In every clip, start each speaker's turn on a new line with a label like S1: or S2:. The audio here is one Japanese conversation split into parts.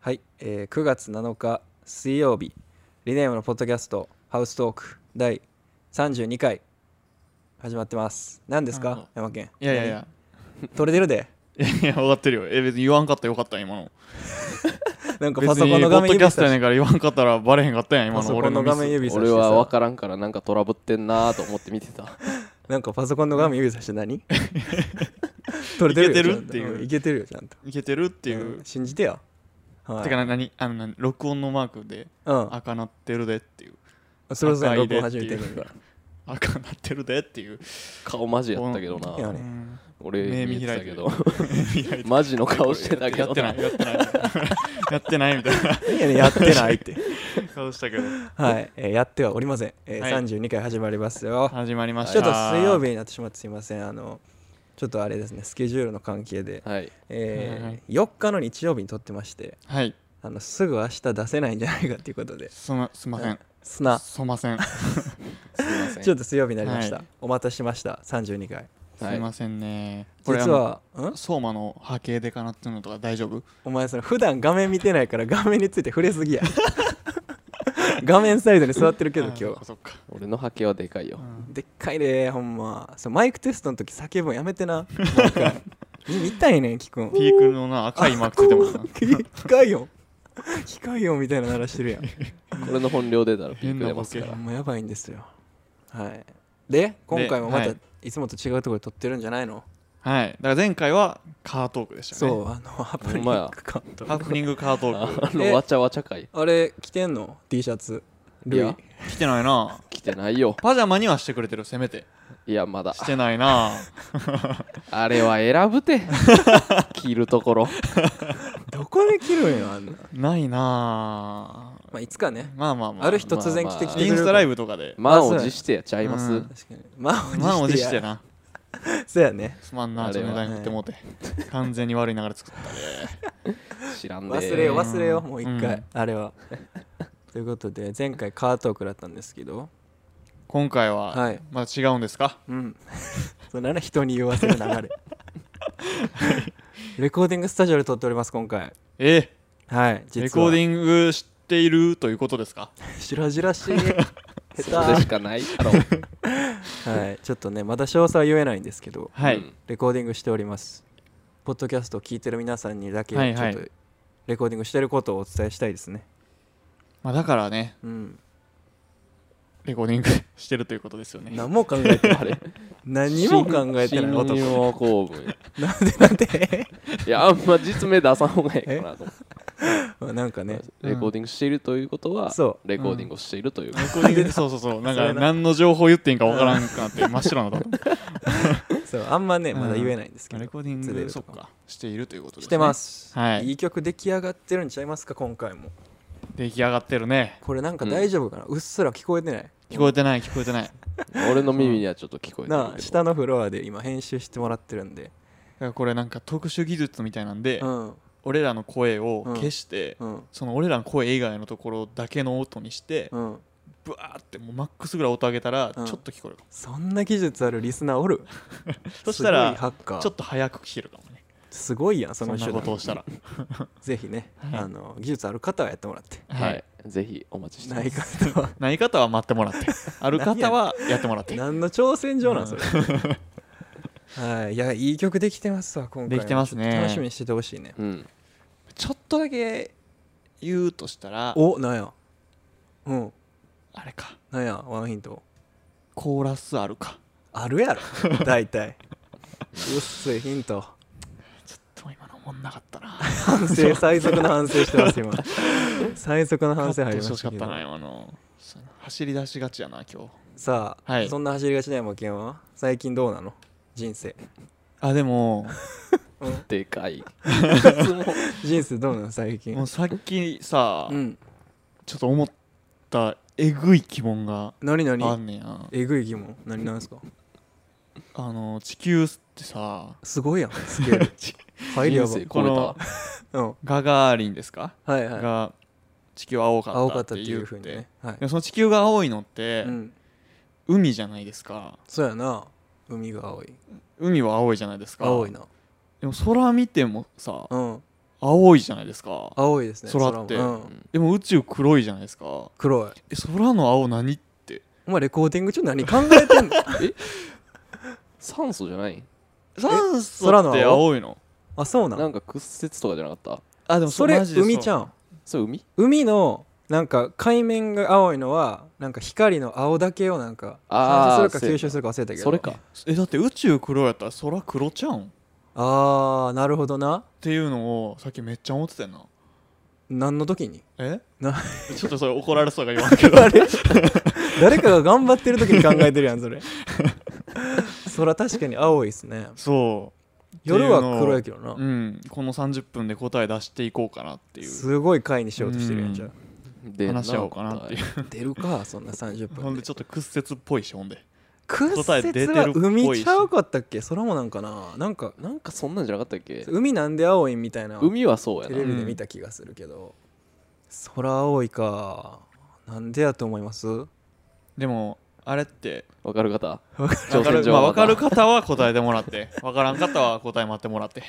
S1: はい、えー9月7日水曜日リネームのポッドキャストハウストーク第32回始まってます何です
S2: あー
S1: か山県
S2: いやいやいや
S1: 取れてるで
S2: いやいや分かってるよえ別に言わんかったらよかった今の
S1: なんか
S2: 別
S1: パソコン
S2: に
S1: の
S2: ポ
S1: 画
S2: ッ
S1: 面
S2: ドキ
S1: 指
S2: ャス
S1: さ
S2: トや
S1: し
S2: ねんから言わんかったらバレへんかったやん
S1: パ
S2: 今
S1: ソ
S2: の
S1: コ
S2: 俺
S1: ンの
S2: のミ
S1: 画
S2: ス
S1: 面指さして
S3: 俺は分
S1: さ
S3: からんからなんかトラブってんなーと思って見て た
S1: なんかパソコンの画面指さして何取れてるよ
S2: いけてるっていう
S1: ちゃんとんいけてるよちゃんと
S2: いけてるっていう、
S1: うん信じてよはい
S2: てかな何あの何録音のマークで
S1: う
S2: 赤なってるでっていうん
S1: それこそ
S2: 赤い
S1: 録
S2: で
S1: 音始めてるんだか
S2: 赤なってるでっていう
S3: 顔マジやったけど
S1: らいや
S3: な
S1: ね
S3: 俺
S2: 目見
S3: 見えて
S2: 開い
S3: た
S2: て
S3: け
S2: る
S3: どマジの顔してたけ
S2: やっ
S3: ど
S2: てな
S3: ない
S2: やってないやってないみたいな
S1: 何やねんやってないって
S2: 顔したけど
S1: はい、えーやってはおりません、えー
S2: はい
S1: 32回始まりますよ、
S2: 始まりまし
S1: ちょ
S2: た
S1: っと水曜日になってしまってすいませんあのちょっとあれですねスケジュールの関係で、
S3: はい
S1: えー
S2: はいはい
S1: 4日の日曜日に撮ってまして
S2: はい
S1: あのすぐ明日出せないんじゃないかっていうことです
S2: ますんません
S1: 砂
S2: すんません
S3: すいません
S1: ちょっと水曜日になりました、
S2: はい
S1: お待たせしました32回
S2: すいませんねこれ
S1: 実はん
S2: 相馬の波形でかなっていうのとか大丈夫
S1: お前その普段画面見てないから画面について触れす ぎや画面サイドに座ってるけど
S2: あーそ
S1: 今
S2: っかそっか
S3: 俺の波形はでかいよ
S1: 日でっかいでほんまそうマイクテストの時叫ぶんやめてな毎 回見たいねん聞くん
S2: ピークのな赤いマークついてます な
S1: 機械音機械音みたいな鳴らしてるやん
S3: これの本領出たらピンク出ます
S2: 変
S3: か
S2: な
S3: ら
S2: ボ
S1: もうやばいんですよはいで今回もまた
S2: はい
S1: つもと違うところで撮ってるんじゃないの、
S2: はいだから前回はカートークでした
S1: そ
S2: ね
S1: うあのハプニン
S3: ほんまや
S1: グカット
S2: ハプニングカートー
S3: あ
S2: ク
S3: のわちゃわちゃかい
S1: あれ着てんの T シャツ
S3: い
S1: ルイ
S3: や
S2: 来てないな
S3: 来てないよ
S2: パジャマにはしてくれてるせめて
S3: いやまだ
S2: してないな
S3: あれは選 ぶて着るところ
S1: どこで着るんよあんな、ま
S2: ないな
S1: あ、いつかね
S2: まあまあまあ
S1: ある日突然着てきてくれ
S2: イ
S1: る
S2: ンスタライ
S1: ブ
S2: ブとかで
S3: 満を持してやちゃいま
S2: う
S3: す
S2: ん
S1: 確かに満を持してや
S2: 満を持してな
S1: そうやね
S2: すまんな
S3: あ
S2: ちょ
S3: れ
S2: っ
S3: は
S2: と値段振ってもうて完全に悪い流れ作った
S3: 知らんで
S1: 忘れよう
S2: えー
S1: 忘れようもう一回、
S2: うん
S1: あれはということで前回カートークだったんですけど
S2: 今回
S1: は
S2: はいまた違うんですか
S1: うん そんなね人に言わせる流れレコーディングスタジオで撮っております今回
S2: え
S1: はい実は
S2: レコーディングしているということですか
S1: 白々 しい
S3: そ
S1: 下
S3: れしかないだろう
S1: 手、はい、ちょっとねまだ詳細 は言えないんですけど
S2: は
S3: う
S2: い
S3: ん
S1: レコーディングしておりますポッドキャストを聞いてる皆さんにだけちょ
S2: は
S1: っ
S2: いはい
S1: とレコーディングしてることをお伝えしたいですね、
S2: まあだからね
S1: うん
S2: レコーディング してるということですよね
S1: 何も考えてな
S3: あ
S1: い
S3: れ
S1: 何も考えてない
S3: 新
S1: 男
S3: 入公文
S1: なんでなんで
S3: いやあんま実名出さん方がいいかなと思って
S1: まあなんかね
S3: レコーディングしているということは
S1: そ
S3: レコーディングをしているという
S2: レコーディング そうそうそうなん
S1: それ
S2: か
S1: な
S2: 何の情報言っていいんかわからんく なって真っ白なだと
S1: そうあん まね
S2: うん
S1: まだ言えないんですけど、
S2: レコーディン
S1: ズレる
S2: グそ
S1: と
S2: っかしているということですね
S1: してます、
S2: はい
S1: い曲出来上がってるんちゃいますか今回も
S2: 出来上がってるね
S1: これなんか大丈夫かな、うっすら聞こえてない
S2: 聞こえてない聞こえてないだか
S3: 俺の耳にはちょっと聞こえて
S1: なあ
S3: るけど
S1: 下のフロアで今編集してもらってるんで
S2: らこれなんか特殊技術みたいなんで
S1: うん
S2: 俺らの声を消して
S1: うん
S2: その俺らの声以外のところだけの音にして
S1: うん
S2: ブワーってもうマックスぐらい音上げたらち
S1: う
S2: ょ
S1: ん
S2: っと聞こえるかも
S1: そんな技術あるリスナーおる
S2: そ
S1: す
S2: した
S1: ごい
S2: ら
S1: ハッカー
S2: ちょっと早く聞けるかもね
S1: すごいやんそ
S2: そ
S1: の
S2: んな
S1: 人
S2: ことをしたら
S1: ぜひね、
S2: はい
S1: あの技術ある方はやってもら って
S3: は
S2: はいい
S3: ぜひお待ちして
S1: な
S3: ま
S1: い
S3: す
S1: 方 は
S2: ない方は待って もらってある方はやってもらって
S1: 何の挑戦状なんそれはいいやいい曲できてますわ今回も
S2: できてますね
S1: ちょっと楽しみにしててほしいね
S3: うん
S2: ちょっとだけ言うとしたら
S1: おなんやうん
S2: あれか
S1: なんやワンヒント
S2: コーラスあるか
S1: あるやろ大体薄いヒント
S2: ちょっと今のもんなかったな
S1: 反省最速の反省してます今最速の反省入り
S2: カットし
S1: ました
S2: てほしかっ
S1: けど
S2: たな今のその走り出しがちやな今日
S1: さあ、
S2: はい
S1: そんな走りがちな山県は最近どうなの人生
S2: あで も
S3: で かい
S1: 人生どうなの最近
S2: もうさっきさ、
S1: うん
S2: ちょっと思ったえぐい疑問が
S1: 何
S2: あ
S1: 何
S2: んねや
S1: えぐい疑問何なんですか
S2: あの地球ってさ
S1: すごいや んスケール入りや
S3: 人
S1: ば
S3: 生超
S1: うん
S2: ガガーリンですか、
S1: はいはい
S2: が地球は青か
S1: 青か
S2: っ
S1: ったた
S2: っ
S1: ってて
S2: 言
S1: いうう
S2: ふ
S1: ふ
S2: う
S1: う
S2: に
S1: に
S2: ね
S1: ねはい
S2: その地球が青いのって、
S1: うん
S2: 海じゃないですか
S1: そうやな海が青い
S2: 海は青いじゃないですか
S1: 青いな
S2: でも空見てもさ
S1: うん
S2: 青いじゃないですか
S1: 青いですね
S2: 空って
S1: も
S3: う
S1: うん
S3: ん
S2: でも宇宙黒いじゃないですか
S1: 黒い
S2: え空の青何って
S1: お前レコーディング中何考えてんの
S3: 酸素じゃない
S2: 酸素
S1: 空の
S2: って
S1: 青
S2: 青いの
S1: あそうな
S3: なんんか屈折とかじゃなかった
S2: あで
S1: それ海ちゃ
S2: ん
S1: ん
S3: それ海
S1: 海のなんか海面が青いのはなんか光の青だけをなんか
S3: あー
S1: 反射するか吸収するか忘れたけど
S3: それか
S2: えだって宇宙黒やったら空黒ちゃうんっ
S1: ああなるほどな
S2: ていうのをさっきめっちゃ思ってたよな
S1: 何の時に
S2: え
S1: な
S2: ちょっとそれ怒られそうだから言わんけど
S1: 誰かが頑張ってる時に考えてるやんそ れ空確かに青いですね
S2: そ
S1: 夜は黒やけどな
S2: う、うん、この30分で答え出していこうかなっていう
S1: すごい回にしようとしてるやんじゃあ
S3: で
S2: 話し合おうかなっていう
S1: 出るかそんな30
S2: ほ
S1: 分
S2: ん
S1: で
S2: でちょっと屈折っぽいしほんで
S1: 屈
S2: 答え出て
S1: 折
S2: る
S1: は
S2: っぽいし
S1: 海ちゃうかったっけ空もなんかななんか
S3: なんかそんなんじゃなかったっけ
S1: 海なんで青いんみたいな
S3: 海はそうや
S1: テ
S3: な
S1: レビで見た気がするけど、空青いかなんでやと思います
S2: でもあれって
S3: わかる方
S2: わ
S3: 挑
S2: か
S3: 戦
S2: る,、
S3: 状
S2: まあ、わ
S3: は
S2: かる方は答えてもらってわからん方は答え待ってもらって、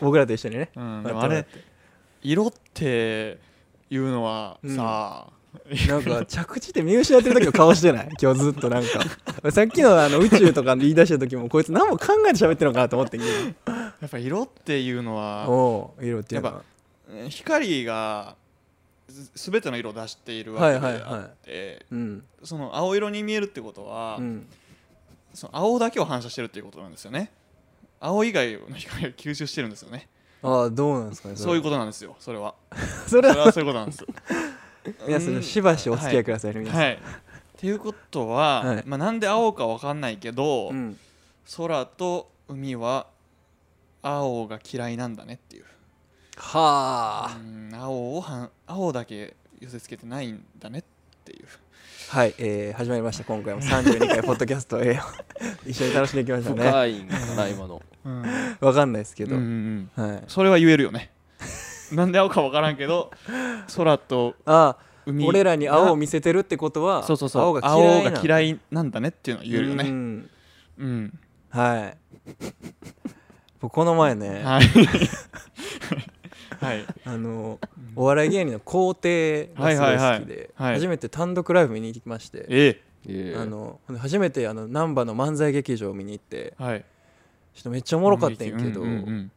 S1: 僕らと一緒にね
S2: うん、でもあれ色っていうのはさ、
S1: なんか着地で見失ってる時の顔して ない今日ずっとなんかさっきのあの宇宙とかで言い出した時もこいつ何も考えて喋ってるのかなと思ってんけ
S2: やっぱ色っていうの
S1: ど
S2: は
S1: おう色っていうの
S2: や
S1: は
S2: うん光がす全ての色を出しているわけであっ
S1: は
S2: て、
S1: いはいはうん
S2: その青色に見えるってことは、
S1: うん
S2: その青だけを反射してるっていうことなんですよね青以外の光を吸収してるんですよね
S1: ああどうなんですかね
S2: そういう
S1: こ
S2: ことなんですよそ れは
S1: とそ
S2: そ
S1: れ
S2: れ
S1: は
S2: はそういうことなんです
S1: 皆さんしばしお付き合いくださいね皆さん
S2: はい。っていうことは、
S1: はい
S2: まあ、なんで青かわかんないけど、
S1: うん
S2: 空と海は青が嫌いなんだねっていう
S1: はあ
S2: うん青をはん青だけ寄せつけてないんだねっていう
S1: はいえー始まりました今回も32回ポッドキャストえー 一緒に楽しんでいきましょうね
S3: 深いんかな今の
S2: うん、
S1: わかんないですけど
S2: うんうん
S1: はい
S2: それは言える よねなんで青かわからんけど空と
S1: あ
S2: 海
S1: 俺らに青を
S2: が
S1: 見せてるってことは
S2: そうそうそう
S1: 青が嫌いな
S2: 青が嫌いなんだねっていうのは言えるよ
S1: う
S2: ね
S1: ん
S2: うん、
S1: はい僕この前ね、
S2: はい はい
S1: あのお笑い芸人の皇帝がすごい好きで、
S2: はいはいはいはい
S1: 初めて単独ライブ見に行きまして、
S2: え
S3: ええ
S1: あの初めてあの難波の漫才劇場見に行って
S2: えはい
S1: ちょっとめっちゃおもろかったんやけど、
S2: うんうんうん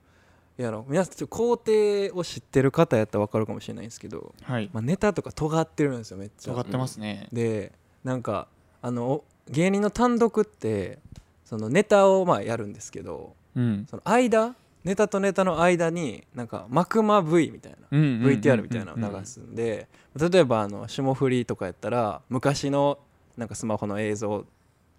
S1: いやあの皆さんちょっと皇帝を知ってる方やったら分かるかもしれないんですけど、
S2: はい
S1: まあ、ネタとか尖ってるんですよめっちゃ
S2: 尖ってますね、
S1: でなんかあのお芸人の単独ってそのネタをまあやるんですけど
S2: うん
S1: その間ネタとネタの間になんか幕間 V みたいな VTR みたいなのを流すんで例えばあの霜降りとかやったら昔のなんかスマホの映像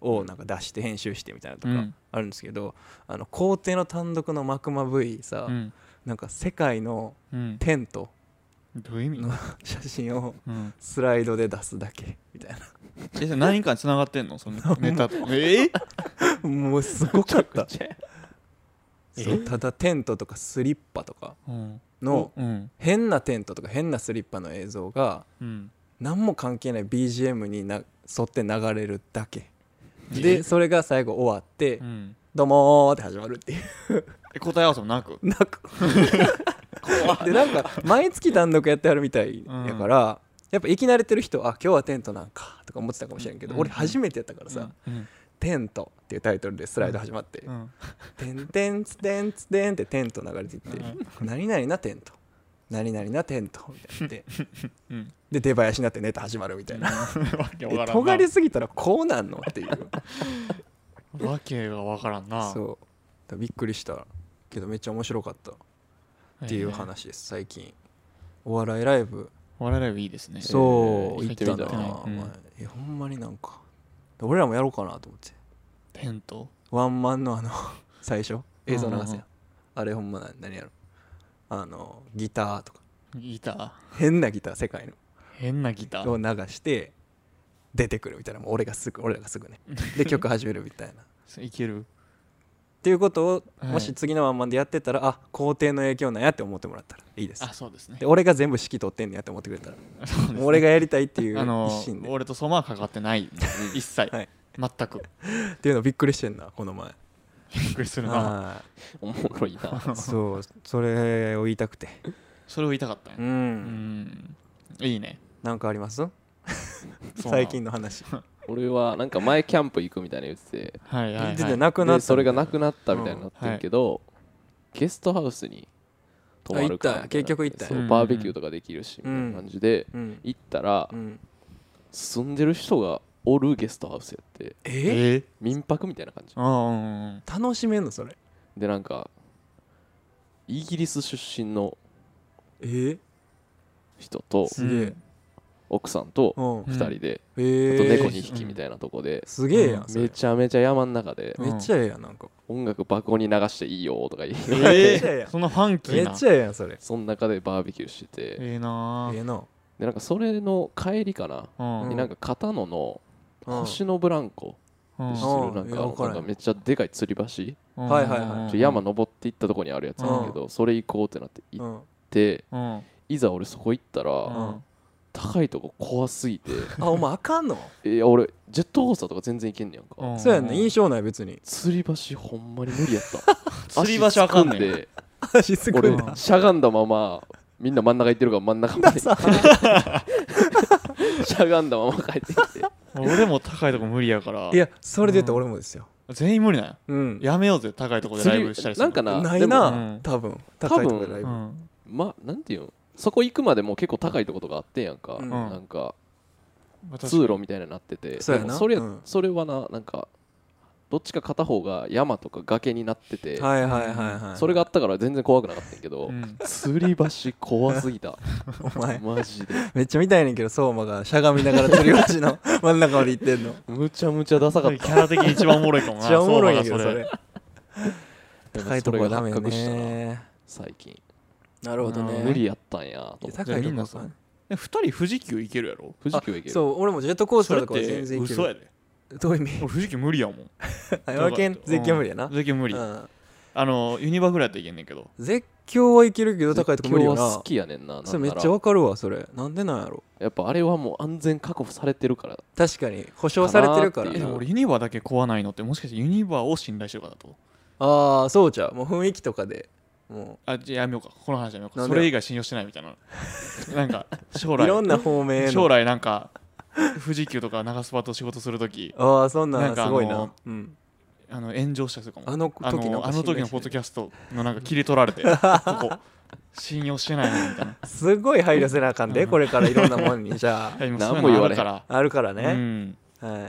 S1: をなんか出して編集してみたいなと
S2: う
S1: か
S2: ん
S1: あるんですけどあの皇帝の単独の幕間 V さ
S2: うん
S1: なんか世界の
S2: うん
S1: テント
S2: どういう意味
S1: の写真を
S2: うん
S1: スライドで出すだけみたい
S2: えそれ 何かに繋がってんのそのネタとええ
S1: なもうすごか った
S2: え
S1: そうただテントとかスリッパとか
S2: うん
S1: の
S2: うん
S1: 変なテントとか変なスリッパの映像が
S2: うん
S1: 何も関係ない BGM にな沿って流れるだけ
S2: え
S1: でそれが最後終わって
S2: うん
S1: 「どうも」って始まるっていう
S2: え答え合わせもなく
S1: なんかでなんか毎月単独やってはるみたいやからやっぱ生き慣れてる人は「あ今日はテントなんか」とか思ってたかもしれんけど
S2: うん
S1: 俺初めてやったからさ
S2: うん
S1: 「テント」っていうタイトルでスライド始まって
S2: うん
S1: てんてんつてんつてんってテント流れていって「何々なテント」「何々なテント」みたいになって
S2: うん
S1: で出囃子になってネタ始まるみたいな
S2: わけわ
S1: え
S2: からんな
S1: 尖りすぎたらこうなんのっていう
S2: わけがわからんな
S1: そうだからびっくりしたけどめっちゃ面白かったっていう
S2: ええ
S1: 話です最近お笑いライブ
S2: 我々はいいですね
S1: そう
S3: え
S1: 行
S3: え
S1: ったな
S2: 行ってみたいうん
S1: えほんまになんか俺らもやろうかなと思って
S2: テント
S1: ワンマンのあの最初映像流
S2: うんうん
S1: せ
S2: う
S1: や
S2: ん
S1: あれほんまな何やろあのギターとか
S2: ギター
S1: 変なギター世界の
S2: 変なギター
S1: を流して出てくるみたいなもう俺がすぐ俺らがすぐね で曲始めるみたいな
S2: いける
S1: っていうことを
S2: はい
S1: もし次のワンマンでやってたら、あ皇帝の影響なんやって思ってもらったらいいです
S2: あそうですね
S1: で俺が全部指揮取ってんねやって思ってくれたら、
S2: そうですね
S1: 俺がやりたいっていう
S2: あの
S1: 一心で、
S2: 俺とソマはかかってない一切
S1: はい
S2: 全く
S1: っていうのびっくりしてんなこの前
S2: びっくりするな
S1: は
S3: おもろいな
S1: いそうそれを言いたくて
S2: それを言いたかった
S1: う
S2: ねうんんいいね
S1: なんかあります
S2: そうなの
S1: 最近の話
S3: 俺はなんか前キャンプ行くみたいな言ってて
S2: はいはい、
S1: で
S2: はい、
S1: なくな
S3: で
S1: った
S3: それがな
S1: く
S3: くなったみたいになってるけどゲストハウスに泊まるか
S1: あ行った
S3: みいな
S1: 結局行ったよ
S3: そう
S2: うん
S3: バーベキューとかできるしみたいな感じで
S1: うん
S3: 行ったら
S1: うん
S3: 住んでる人がおるゲストハウスやって
S1: え
S2: え
S3: 民泊みたいな感じ
S2: ああ
S1: 楽しめんのそれ
S3: でなんかイギリス出身の
S1: え
S3: 人と
S1: すげえ
S3: 奥さんと
S1: うん
S3: 2人で
S1: え
S3: あと猫
S1: ー
S3: 2匹みたいなとこで、
S1: すげえやん
S2: うん
S1: それ
S3: めちゃめちゃ山の中で
S2: うん
S1: めっちゃええやんなんか
S3: 音楽爆音に流していいよとか言い
S2: え
S1: めっちゃええやん
S2: そんなファンキ
S1: め
S2: ー
S1: っ
S2: な
S1: ちゃええやんそれ
S3: その中でバーベキューしてて
S2: ええな
S1: ええな
S3: でなんかそれの帰りかな、
S2: あ
S1: う
S3: でなんか片野の
S1: うん
S3: 星のブランコ
S2: う
S3: で
S2: ん
S3: 知っ
S1: うん
S3: てるなん
S1: いやわ
S3: か
S1: からん
S3: なんかめっちゃでかい吊り橋ち
S2: うん
S1: はいはいはい
S3: ょっ
S2: う
S3: と
S2: ん
S3: 山登っていったとこにあるやつなんだけどそれ行こうってなって行
S1: う
S3: っ
S1: ん
S3: て
S2: うん
S3: いざ俺そこ行ったら
S2: うん
S3: 高いとこ怖すぎて
S1: あお前あかんの
S3: いや俺ジェットコースターとか全然行けんねやん
S2: う
S3: か
S2: ん
S1: そうやんね印象ない別に
S3: 吊り橋ほんまに無理やった
S2: 吊り橋あかんねん
S3: 足
S1: 足
S3: 突っ込で
S1: すく
S3: 俺
S1: ん
S2: うん
S3: しゃがんだままみんな真ん中行ってるから真ん中ま で行って しゃがんだまま帰ってきて
S2: 俺も高いとこ無理やから
S1: いやそれで言ったら俺もですよ
S2: 全員無理なんや
S1: うん
S2: やめようぜ高いとこでライブしたりする
S3: なんかな
S1: な
S3: で
S1: い
S2: う
S3: も
S1: なん多分
S3: 多
S1: 高い
S3: 分
S1: とこでライ
S2: う
S1: ブ
S2: ん
S3: まあなんていうんそこ行くまでも結構高いとことがあってんやんか、
S1: うん
S3: なんか
S2: まあ確か
S3: 通路みたいなのになってて
S1: そうやな
S3: でもそれ,、
S1: うん
S3: それはななんかどっちか片方が山とか崖になってて、
S1: はいはいはいはい
S3: それがあったから全然怖くなかったんやけど、
S2: うん
S3: 吊り橋怖すぎ た
S1: お前
S3: マジで
S1: めっちゃ見たいねんけど相馬がしゃがみながら吊り橋の真ん中まで行って んの
S3: むちゃむちゃダサかっ
S2: キャラ的に一番おもろいかも
S1: め
S2: な
S1: っちゃおもろいんやけど
S2: そう
S1: そ
S2: だそれ
S1: れ
S3: た
S1: 高いとこはダメよ
S3: それが発覚したな
S1: ね
S3: 最近
S1: なるほどね
S3: 無理やったんや
S1: い
S3: と思っ
S1: や
S3: て
S1: 高いとこは
S2: じゃあみんなえ二人富士急行けるやろ
S3: 富士急行ける
S1: そう俺もジェットコース
S2: そ
S1: ター
S2: れっ
S1: とかは
S2: て
S1: 全然いけ
S2: 嘘や
S1: る
S2: で
S1: どういう意味
S2: 俺富士急無理やもん
S1: 山県絶景無理やな
S2: 絶景無理
S1: うん
S2: あのユニバぐらいやったらいけんねんけど
S1: 絶叫はいけるけど高いとこ無理よ
S3: 絶叫は好
S1: な
S3: きやねんななんなら
S1: それめっちゃわかるわそれなんでなんやろ
S3: やっぱあれはもう安全確保されてるから
S1: 確かに保証されてるから
S3: かなーって
S2: え
S3: いう
S2: でも
S1: な
S2: 俺ユニバだけ怖ないのってもしかしてユニバを信頼してるからだと
S1: ああそうじゃうもう雰囲気とかでも
S2: あじゃあやめようかこの話やめようか
S1: なん
S2: そ
S1: で
S2: れ以外信用してないみたいななんか将
S1: ういろん
S2: 来
S1: な方面への
S2: 将来なんか富士急とか長スパと仕事するとき
S1: ああそんな
S2: なん
S1: んす
S2: かあの
S1: ごいなうん
S2: あの炎上したりするかも
S1: あの時な
S2: あ
S1: ん
S2: の
S1: か
S2: あの時のポッドキャストのなんか切り取 られてここ信用してないのみたいな
S1: すごい配慮せなあかんでこれからいろんなもんにじゃ
S2: いや今
S3: 何も
S2: そういうのあ
S3: 言わ
S2: る
S3: れへん
S2: から
S1: ああるから
S2: う
S1: ね
S2: ん
S1: は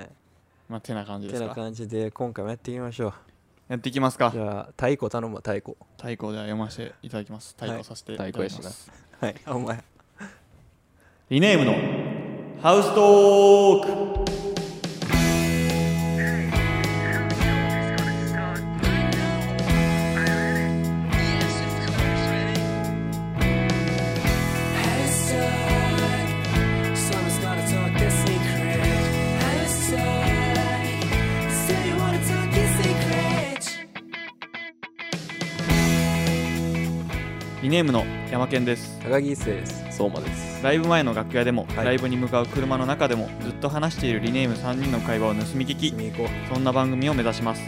S2: まあてな感
S1: い
S2: じで
S1: て
S2: す
S1: な
S2: か
S1: 感じで今回もやっていきましょ
S2: やっていきます
S1: う
S2: か
S1: じゃあ太鼓頼むわ太鼓
S2: 太鼓では読ませていただきます太鼓させていただき
S3: はい
S2: ます、
S3: 太鼓や
S1: はいあお前
S2: リネームのハウストーク
S4: Someone's gotta talk their secret. Hashtag. Say you wanna talk your secret.
S2: リネームの山健です
S1: 高木一生です
S3: 相馬です
S2: ライブ前の楽屋でも、
S1: はい
S2: ライブに向かう車の中でもずっと話しているリネーム3人の会話を盗み聞き
S1: 君行こ
S2: そんな番組を目指します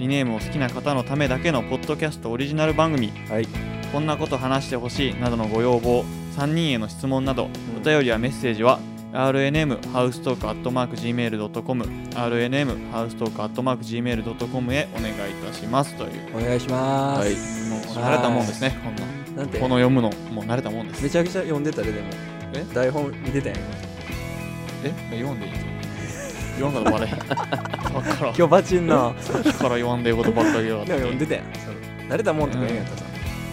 S2: リネームを好きな方のためだけのポッドキャストオリジナル番組
S1: うはい
S2: こんなこと話してほしいなどのご要望3人への質問など
S1: ん
S2: お便りやメッセージは RNM ハウストークアットマーク Gmail.com RNM ハウストークアットマーク Gmail.com へお願いいたしますという
S1: お願いしま
S3: はい
S1: す
S2: もう慣れたもんですねこんな
S1: なんて
S2: この読むのもう慣れたもんです
S1: めちゃくちゃ読んでたででも
S2: え
S1: 台本見てたやん
S2: え読んでいいの読んだのバレへん わから
S1: 今
S2: ん
S1: 日バチンな
S2: だから言わんでええことばっかり言わ
S1: でも
S2: れて
S1: 読んでたやんその慣れたもんとか言うんやったらさ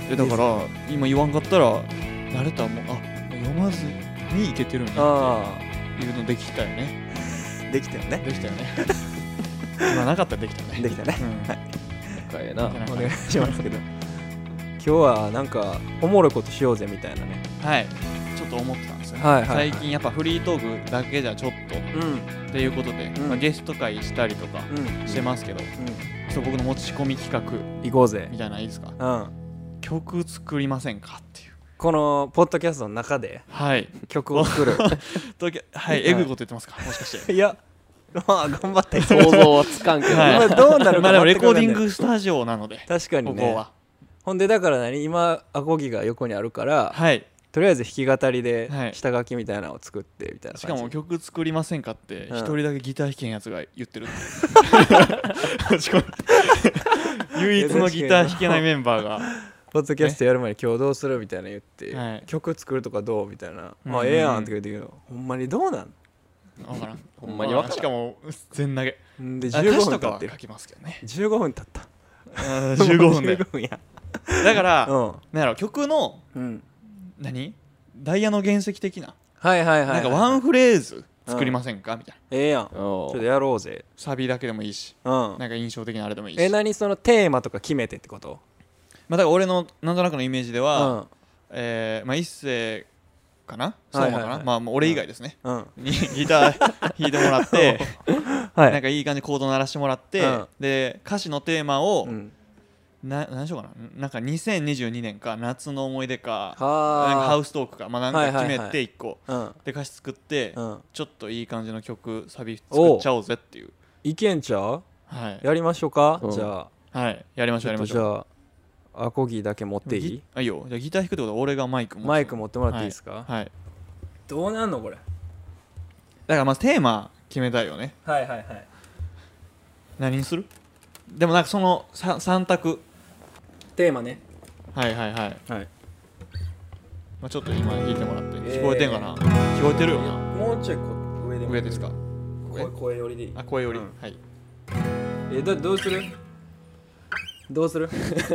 S2: えだから今言わんかったら慣れたもんあ読まずにいけてるんだ
S1: あ
S2: っていうのできたよね
S1: あできたよね
S2: できたよね 今なかったらできたね
S1: できたね
S2: うん
S3: かえな
S1: お願いしますけど今日はなんかおもろいことしようぜみたいなね
S2: はいちょっと思ってたんですよ、
S1: はいはいはい
S2: 最近やっぱフリートークだけじゃちょっと
S1: うんうん
S2: っていうことで、
S1: うん
S2: まあ、ゲスト会したりとかしてますけど、ちょっと僕の持ち込み企画
S1: 行こうぜ
S2: みたいなのいいですか
S1: うん
S2: 曲作りませんかっていう
S1: このポッドキャストの中で
S2: はい
S1: 曲を作る
S2: というわけはい、
S1: はい
S2: えぐいこと言ってますかもしかし て
S1: いやまあ頑張って
S3: 想像はつかんけど、
S2: はい
S1: 今どうなる
S2: ま
S1: か
S2: あでも
S1: 全
S2: レ
S1: く
S2: コ
S1: 分かんな
S2: ーデ
S1: い
S2: ィングスタジオなので、
S1: 確かに
S2: こ
S1: ね
S2: こは。
S1: ほんでだから何今アコギが横にあるから
S2: はい。
S1: とりあえず弾き語りで
S2: はい
S1: 下書きみたいなのを作ってみたいな
S2: しか
S1: 感じ
S2: も曲作りませんかって
S1: うん
S2: 一人だけギター弾けんやつが言ってる っていうしかも唯一のギター弾けないメンバーが
S1: ポッドキャストやる前に今日どうするみたいな言って、
S2: はい
S1: 曲作るとかどうみたいな、
S2: うん
S1: あええやんって言うて言うけどほんまにどうなん
S2: 分からん
S3: ほんまにわからん
S2: しかも全投げ
S1: んで
S2: あ歌
S1: 15
S2: 詞と
S1: 分
S2: か
S1: 経っ
S2: は
S1: て
S2: 書
S1: る
S2: きますけどね
S1: 15分経った
S2: 15分で
S1: 15分や
S2: だから、
S1: うん、
S2: なんやろ曲の
S1: うん、
S2: 何ダイヤの原石的な、
S1: はいはいはい、はい、
S2: なんかワンフレーズ作りませんか、みたいな
S1: ええやんちょ
S3: お
S1: っと
S3: う
S1: やろうぜ
S2: サビだけでもいいし
S1: うん
S2: なんか印象的なあれでもいいし、
S1: え何そのテーマとか決めてってこと
S2: まあ、だから俺のなんとなくのイメージで
S1: う
S2: は、
S1: ん
S2: えーまあ一世かな、
S1: はいはいはい
S2: 相馬かな、まあ、もう俺以外ですね、
S1: うんは
S2: にギ ター弾いてもらってなん
S1: い
S2: かいい感じにコード鳴らしてもらって、
S1: うん
S2: で歌詞のテーマを、
S1: うん
S2: な何しようかななんか2022年か夏の思い出か
S1: は
S2: なん
S1: あ
S2: かハウストークか、まあ、
S1: は
S2: ないん
S1: は
S2: か
S1: いはい
S2: 決めて1個、
S1: うん
S2: で歌詞作って、
S1: うん
S2: ちょっといい感じの曲サビ作っちゃおうぜっていう
S1: いけんちゃう
S2: はい、
S1: やりましょうか、
S3: うん
S1: じゃあ
S2: はい、やりまし
S1: ち
S2: ょう
S1: ょ
S2: や
S1: っと
S2: りまし
S1: じ
S2: ょう
S1: ゃあアコギだけ持っていい
S2: ギあいいよじゃあギター弾くってことは俺がマイク持つ
S1: マイク持ってもらっていいですか、
S2: はい、はい
S1: どうなんのこれ
S2: だからまずテーマ決めたいよね
S1: はいはいはい
S2: 何にするでもなんかその 3, 三択
S1: テーマね
S2: はいはいはい
S1: はい
S2: まあ、ちょっと今弾いてもらって
S1: えー
S2: 聞こえてんかな、聞こえてるよな
S1: もうちょいこ上でも
S2: 上ですか
S1: 声声寄りでいい
S2: あ声より、
S1: うん
S2: はい
S1: えどどうするどう する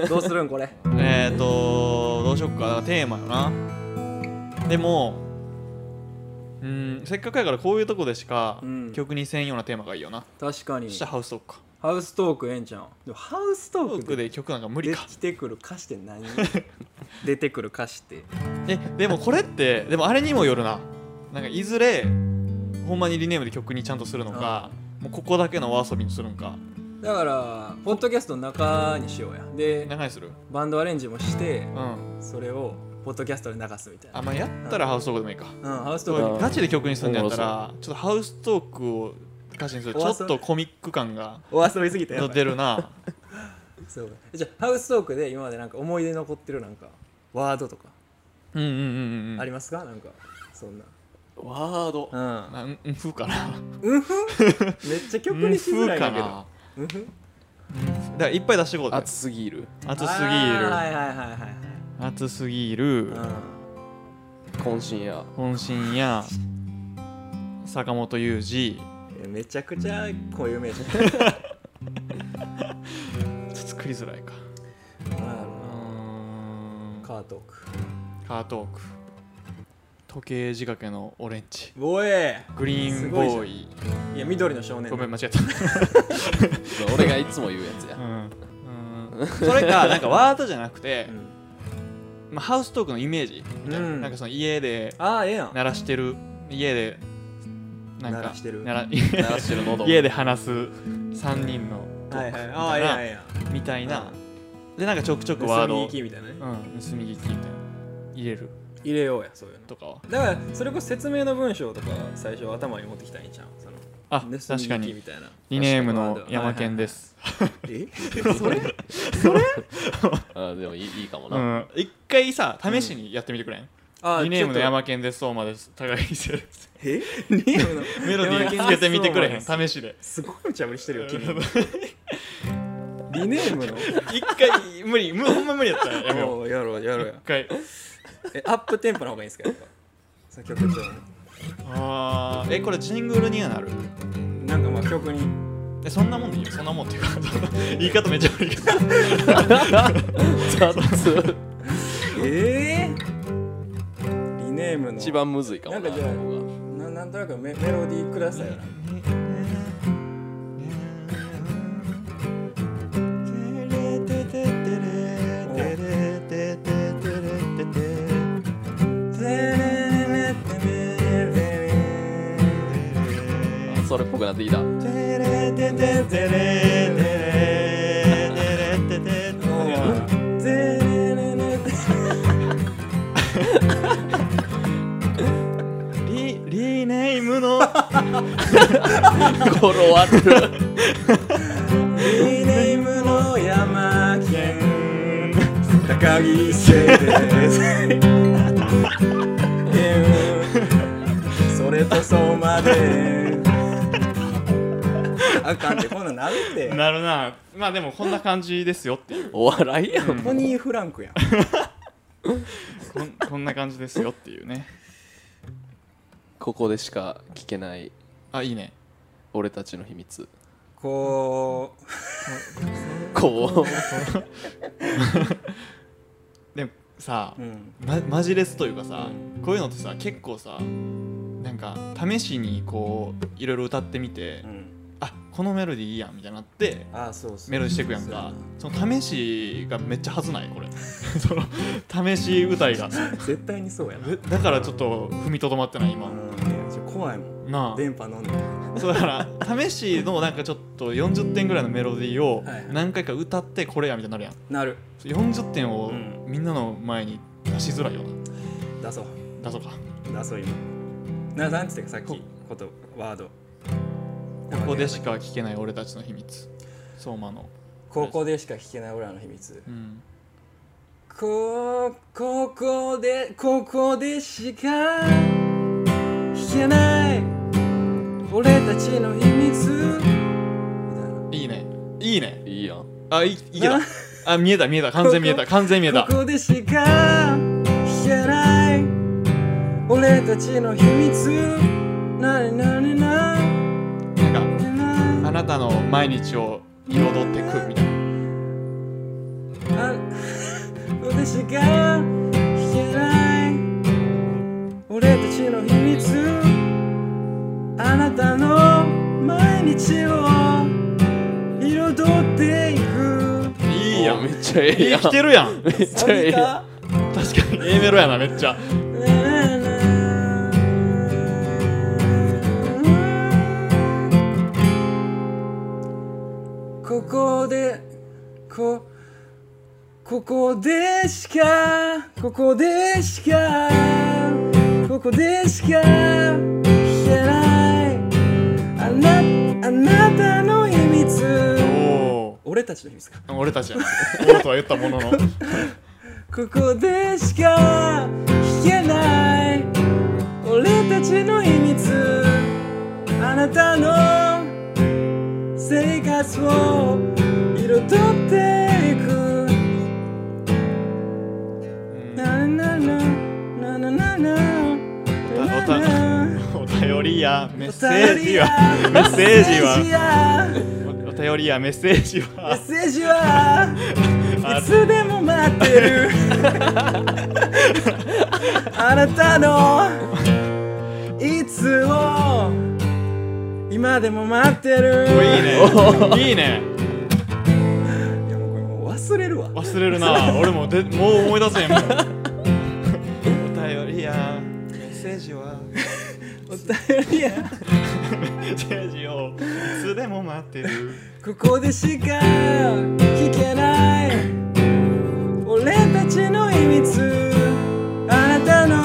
S1: どうするんこれ
S2: えーとどうしよっかだからテーマよなでもうーんせっかくやからこういうとこでしか
S1: うん
S2: 曲にせんようなテーマがいいよな、
S1: 確かに
S2: そしたらハウストークか
S1: ハウストークええんちゃんでもハウスト
S2: ト
S1: ー
S2: ー
S1: ク
S2: ク
S1: で
S2: で曲なんか無理
S1: 出
S2: か
S1: てくる歌詞って 何出てくる歌詞って
S2: えでもこれってでもあれにもよるななんかいずれほんまにリネームで曲にちゃんとするのかもうここだけのお遊びにするのか
S1: だからポッドキャストの中にしようやで
S2: 何にする
S1: バンドアレンジもして
S2: うん
S1: それをポッドキャストで流すみたい
S2: あ
S1: な
S2: まあやったらハウストークでもいいか
S1: うんハウスト
S2: そう
S1: ー
S3: ん
S2: ガチで曲にするんだったらちょっとハウストークを歌詞にする
S1: お
S2: ちょ
S1: 遊び
S2: っとコミック感が
S1: クお遊びすぎたよ
S2: 出るな
S1: そうじゃあハウストークで今までなんか思い出に残ってるなんかワードとか
S2: うんうんうんうん
S1: ありますか、なんかそんな
S3: ワード
S1: うん
S2: なうんうん風かな
S1: めっちゃ曲にしづらいんだけど
S2: うん風かなうんだからいっぱい出していこうぜ
S3: 熱すぎる
S2: 熱すぎ
S1: あーはい
S2: る
S1: はいはいはいはい
S2: 熱すぎる
S3: 渾身や
S2: 渾身や坂本雄二
S1: うんえめちゃくちゃこういう名じ
S2: ちょっと作りづらいか
S1: ゃんなんやろ
S2: うー
S1: なんカートーク
S2: カートーク時計仕掛けのオレンジ
S1: おえ
S2: グリーンボーイ
S1: いや緑の少年
S2: ごめん間
S1: ジ
S2: 違えた
S3: 俺がいつも言うやつや
S2: うんそれかなんかワードじゃなくて
S1: う、ん
S2: まあ、ハウストークのイメージみたいな,、
S1: うん
S2: ん、かその家で
S1: ああええやん
S2: 鳴らしてる家でなんか
S1: 鳴らしてる
S2: 鳴ら
S3: 鳴らしてる喉
S2: 家で話す3人のト
S1: はいはいあ
S2: ー
S1: あ
S2: ク
S1: ええやんえ
S2: み
S1: えやん
S2: たいなみたいな、
S1: う
S2: でなんかちょくちょくワード
S1: 盗み
S2: を
S1: 聞きみたいなね
S2: うん、盗み聞きみたいな入れる
S1: 入れようやそういうの
S2: とかは
S1: だからそれこそ説明の文章とか最初頭に持ってきたらいいんじゃんその
S2: あ
S1: 盗み
S2: 確か
S1: 聞き
S2: に
S1: みたいな
S2: リネームの山県です、
S1: え
S3: あでもいいいいかもな、
S2: うん、一回さ試しにやってみてくれん、
S1: あ
S2: リネームの
S1: ちょっ
S2: 山県です相馬です高木です
S1: とえリネームの
S2: メロディーつけてみてくれへん試しです
S1: ごい無茶ぶりしてるよ 君リネームの
S2: 一回無理むほんま無理やったらやめよう
S1: おうやろうやろうや
S2: 一回
S1: えアップテンポの方がいいんですかやっぱその曲調
S2: あーえこれジングルにはなる
S1: なんかまあ曲に
S2: えそんなもんでいいよそんなもんっていうか言い方めっちゃ悪いけ ど
S3: 雑
S1: ええリネームの
S3: 一番むずいかもな
S1: なんかじゃあ
S3: ここ
S1: な
S3: が
S1: なんとなくメメロディーくださいよな
S3: あそれっぽくなってきた
S2: リリネームの
S3: 語呂悪る
S1: リネームの山県高木聖ですそれとそうまであかんってこんなんなるって
S2: なるなまあでもこんな感じですよっていう
S3: お笑いやん
S1: ポニーフランクやん
S2: こんこんな感じですよっていうね
S3: ここでしか聞けない
S2: あいいね
S3: 俺たちの秘密
S1: こう
S3: こ
S2: でもさ、
S1: うん
S2: ま、マジレスというかさ、
S1: う
S2: こういうのってさ結構さなんか試しにこういろいろ歌ってみて、
S1: うん
S2: あこのメロディーいいやんみたいになって
S1: あそうそう
S2: メロディーしていくやんかその試しがめっちゃはずないこ れその試し歌い が
S1: 絶対にそうやなうんい
S2: だからちょっと踏みとどまってない今
S1: やちょ怖いもん
S2: な
S1: 電波飲んで
S2: あ そうだから試しのなんかちょっと40点ぐらいのメロディーを
S1: はいはい
S2: 何回か歌ってこれやみたいになるやん
S1: なる
S2: 40点を
S1: うん
S2: みんなの前に出しづらいよな
S1: 出そう
S2: だとか
S1: 出そう今ななんつってかさっき
S2: こ
S1: ことワード
S2: ここでしか聞けない俺たちの秘密相馬の
S1: ここでしか聞けない俺らの秘密
S2: うん
S1: こここでここでしか聞けない俺たちの秘密みたい
S2: いいねいいね
S3: ういいやん
S2: あいいけた
S1: な
S2: あ見えた見えた完全見えた完全見え
S1: な
S2: た
S1: ここでしか聞けない俺たちの秘密なになにな
S2: なんか
S1: にな
S2: あなたの毎日を彩ってくみたい な
S1: あ私が聞けない俺たちの秘密あなたの毎日を彩っていく
S2: いいやん
S3: おめっちゃええやん
S2: 生きてるやん確
S3: めっちゃええやん
S2: かに A メロやなめっちゃ
S1: なななここでこここでしかここでしかここでしか聞けないあなあなたの秘密
S2: お
S1: 俺たちの秘密か
S2: お俺たちやんおおとは言ったものの
S1: ここでしか聞けない俺たちの秘密あなたの生活を彩っていくななななななな
S2: お
S1: な
S2: た
S1: な
S2: お便りやメッセ
S1: お
S2: ー
S1: 便り
S2: ジ
S1: や
S2: やメッ
S1: メッ
S2: セージ
S1: セージ
S2: は
S1: や
S2: おお便りやメッセージ
S1: メッ
S2: は
S1: セージはいつでも待ってる あなたのいつを今でも待ってる
S2: おいいねいいね
S1: いやもうこれもう忘れるわ
S2: 忘れるな俺もでもう思い出せんもんお便りやメッセージは
S1: お便りや
S2: メッセージをいつでも待ってる
S1: ここでしか聞けない俺たちの秘密あなたの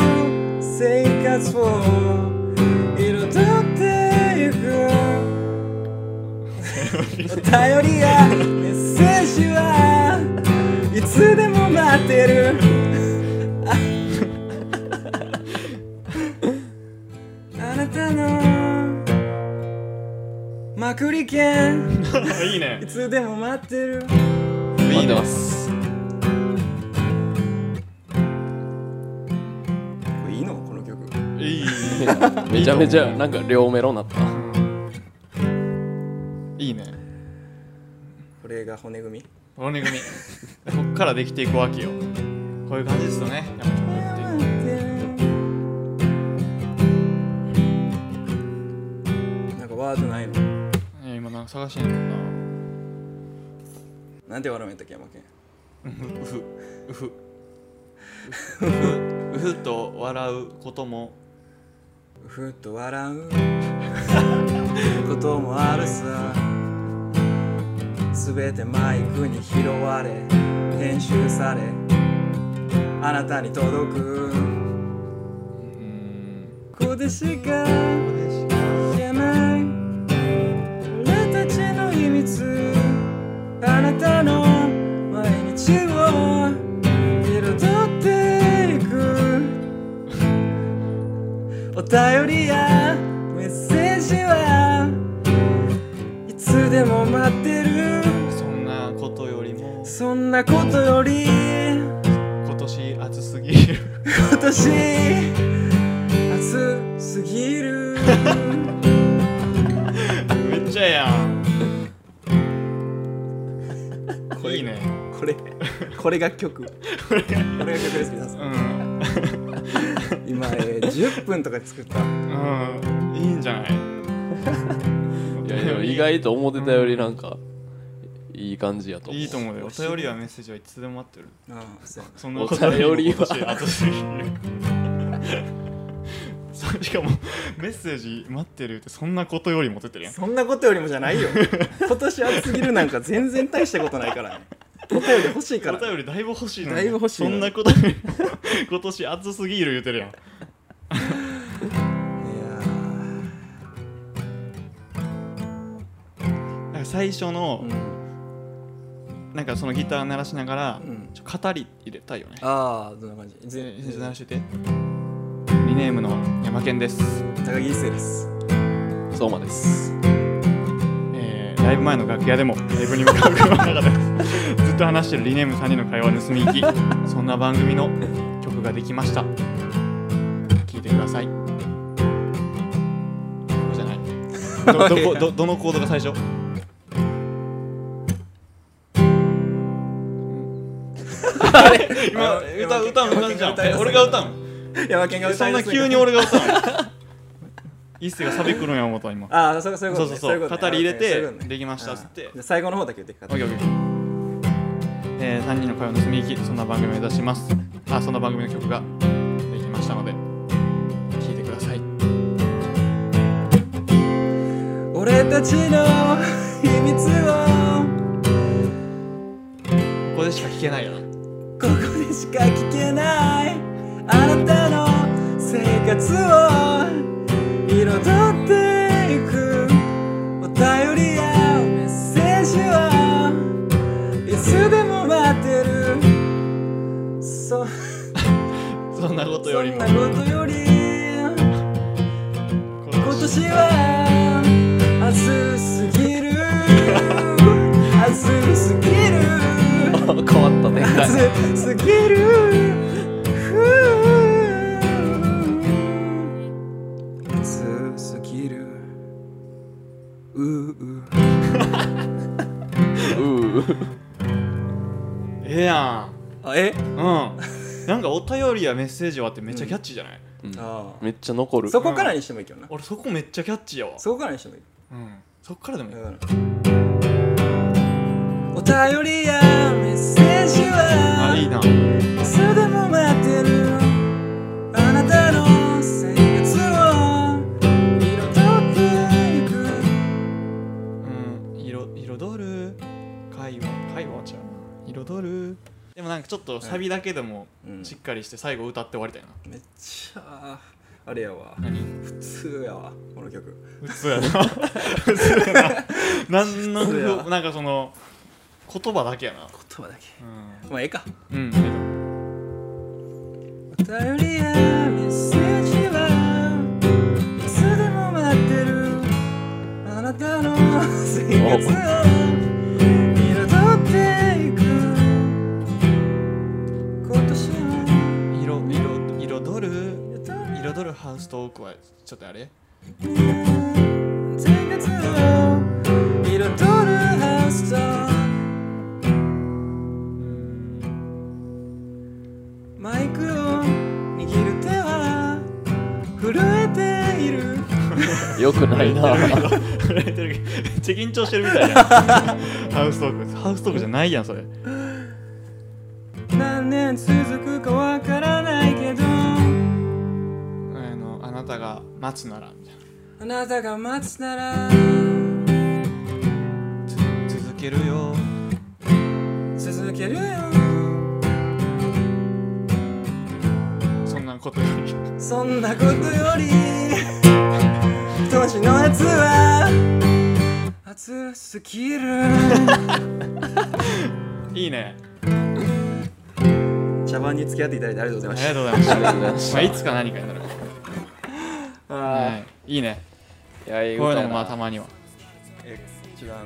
S1: 生活を彩ってゆくお便りやメッセージはいつでも待ってるああなたのまくり券
S2: いいね
S1: いつでも待ってる
S3: 待ってます
S1: いいのこの曲
S2: いい
S3: めちゃめちゃなんか両メロなった
S2: いいね
S1: これが骨組み
S2: 骨組みこっからできていくわけよこういう感じですよねやっぱ曲っていうのは
S1: なんかワードないの
S2: いや今なんか探してんのな
S1: なんてワード名やったっけ山県
S2: うふうふうふと笑うことも
S1: ふっと笑うこともあるさすべてマイクに拾われ編集されあなたに届くここでしか
S2: ここでし
S1: 聞けないお便りやメッセージはいつでも待ってる
S2: そんなことよりも
S1: そんなことより
S2: 今年暑すぎる
S1: 今年暑すぎる
S2: めっちゃやんいいね
S1: これこれが曲これが曲です皆さん
S2: うん
S1: 今、えー、10分とかで作った
S2: うんいいんじゃない
S3: いやいや意外と思ってたよりなんかいい感じやと思う
S2: いいと思うよお便りやメッセージはいつでも待ってる
S1: あそう
S2: そんなことよりも
S3: お便りは
S2: 今年暑すぎる そうしかもメッセージ待ってるってそんなことよりも出てるやん
S1: そんなことよりもじゃないよ今年暑すぎるなんか全然大したことない からねお便り欲しいから
S2: お便りだいぶ欲しいのに
S1: だいぶ欲しい
S2: そ
S1: のに
S2: んなことより も今年暑すぎる言うてるやん
S1: いやー
S2: なんか最初の
S1: う、ん
S2: なんかそのギター鳴らしながら、
S1: うん
S2: ちょ語り入れたいよね
S1: ああどんな感じ
S2: ぜ
S1: ぜ
S2: ぜ鳴らしててリネームの山健です、
S1: 高木一生です
S3: そうまです
S2: えーライブ前の楽屋でもライブに向かう車の中でずっと話してるリネーム3人の会話を盗み聞きそんな番組の曲ができました聴いてくださいここじゃないどどこどどのコードが最初今歌う歌う歌うじゃんえ俺が歌うの
S1: 山県が
S2: そ
S1: 歌
S2: ん
S1: い
S2: な
S1: 出す
S2: 急に俺が歌うの一世がサビくるんや思った今
S1: ああそうそういうこと、ね、
S2: そうそうそう
S1: いことね
S2: 語り入れて
S1: そういうことね
S2: できましたっつって
S1: あーじゃあ最後の方だけ言って
S2: オッケーオッケーえー、3人の会を盗み行きそんな番組を目指しますあそんな番組の曲ができましたので聴いてください
S1: 俺たちの秘密を
S2: ここでしか聴けないよ
S1: ここでしか聞けないあなたの生活を彩っていくお便りやメッセージはいつでも待ってるそ
S2: そんなこと
S1: そ
S2: よりも
S1: んなことより
S2: 今
S1: 今
S2: 年
S1: 年は暑すぎる暑すぎる
S3: 変わった展開
S1: 暑すぎる暑すぎるうう
S3: うう
S2: ええや
S1: あえ
S2: んうんなんかお便りやメッセージはってめっちゃキャッチーじゃない、
S1: あ
S3: めっちゃ残る
S1: そこからにしてもいいけどな
S2: 俺そこめっちゃキャッチーやわ
S1: そこからにしてもいい
S2: うん、そっからでもいい、
S1: だからお便りやメッセージ
S2: あ
S1: はい
S2: いな
S1: つでも待ってるあなたの生活を彩っていく
S2: うん、色彩る会話会話ちゃうな彩るでもなんかちょっとサビだけでも
S1: うん
S2: しっかりして最後歌って終わりたいな、
S1: めっちゃあれやわ
S2: 何
S1: 普通やわこの曲
S2: 普通やな普通やな何の
S1: 普通や
S2: なんかその言葉だけやな
S1: 言葉だけ
S2: う
S1: まあええか
S2: ん、
S1: お便りやメッセージはいつでも待ってるあなたの生活を彩っていく今年は
S2: うん、色色彩る
S1: 彩る
S2: 彩るハウストークはちょっとあ れ
S1: 生活を彩るハウスとマイクを握る手は震えている
S3: よくな いな
S2: 震えてるけどめっちゃ緊張してるみたいな ハウストークハウストークじゃないやんそれ
S1: 何年続くかわからないけど
S2: あのあなたが待つならみたい
S1: あなたが待つなら
S2: な続けるよ
S1: 続けるよ
S2: そんなことより
S1: そんなことより年のやつは暑すぎる
S2: いいね
S1: 茶番に付き合っていただいてありがとうござい
S2: あ
S1: ま
S2: り
S1: した
S2: がとうございました
S3: ありがとうございました
S2: まあいつか何かになる
S1: あ
S2: はい、いいね
S3: いやいい
S2: こういうの
S3: や
S2: も
S3: な
S2: まあたまには
S1: えちょっとあの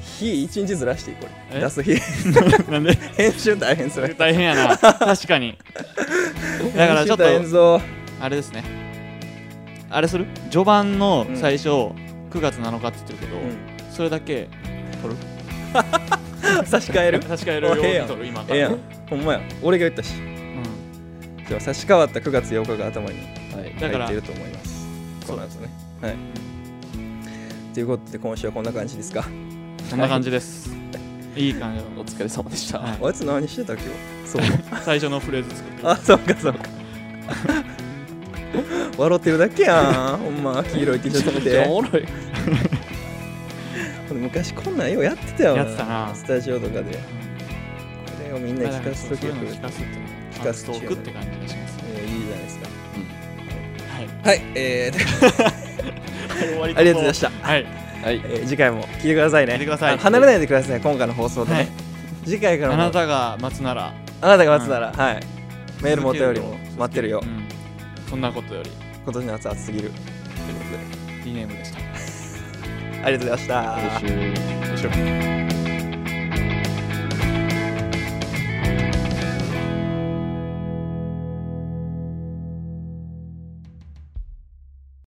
S1: 日一日ずらしていいこれ
S2: え
S1: 出す日
S2: なんで
S1: 編集大変それ
S2: 大変やな確かにだからちょっと
S1: 編集大変ぞ
S2: あれですねあれする序盤の最初、9月7日って言ってるけど、
S1: う
S2: それだけ取る
S1: 差し替える
S2: 差し替え
S1: るように
S2: 取る今
S1: ええやんほんまや俺が言ったし
S2: うん
S1: じゃあ差し替わった9月8日が頭に
S3: はい
S2: だか
S1: 入っ
S2: ら
S1: てると思います
S2: そ
S1: こ
S2: う
S1: の後ねはいということで今週はこんな感じですか
S2: そんな感じです、い、い感じだと
S3: お
S2: 思う
S3: 疲れ様でした、
S2: はい
S1: おやつ何してた今日そう
S2: 最初のフレーズ作って
S1: あそうかそうか笑ってるだけやんほんま黄色い T シャツ着
S3: めっちゃ
S1: て
S3: おもろい
S1: これ昔こんなんようやってたよな
S2: やってたな
S1: スタジオとかでこれをみんなに聞かすとき
S2: そう
S1: よ
S2: い
S1: く
S2: うの聞かすっていうのも
S1: 聞かす
S2: トークって感じがしますね
S1: えーいいじゃないですか
S2: はい
S1: はいえーありがとうございました
S2: はい
S3: はい
S1: えー次回も聞いてくださいね
S2: 聞いてください
S1: あ離れないでください今回の放送で
S2: はい
S1: ね次回から
S2: あ
S1: も
S2: なたが待つなら、
S1: あなたが待つなら、はいメールもお便りも
S2: 続けるよ
S1: 待ってるよ
S2: うんそんなことより
S1: 今年の夏暑すぎる
S2: リネームでした
S1: ありがとうございました
S3: 来
S2: よ
S3: 週
S2: いしょ
S1: 「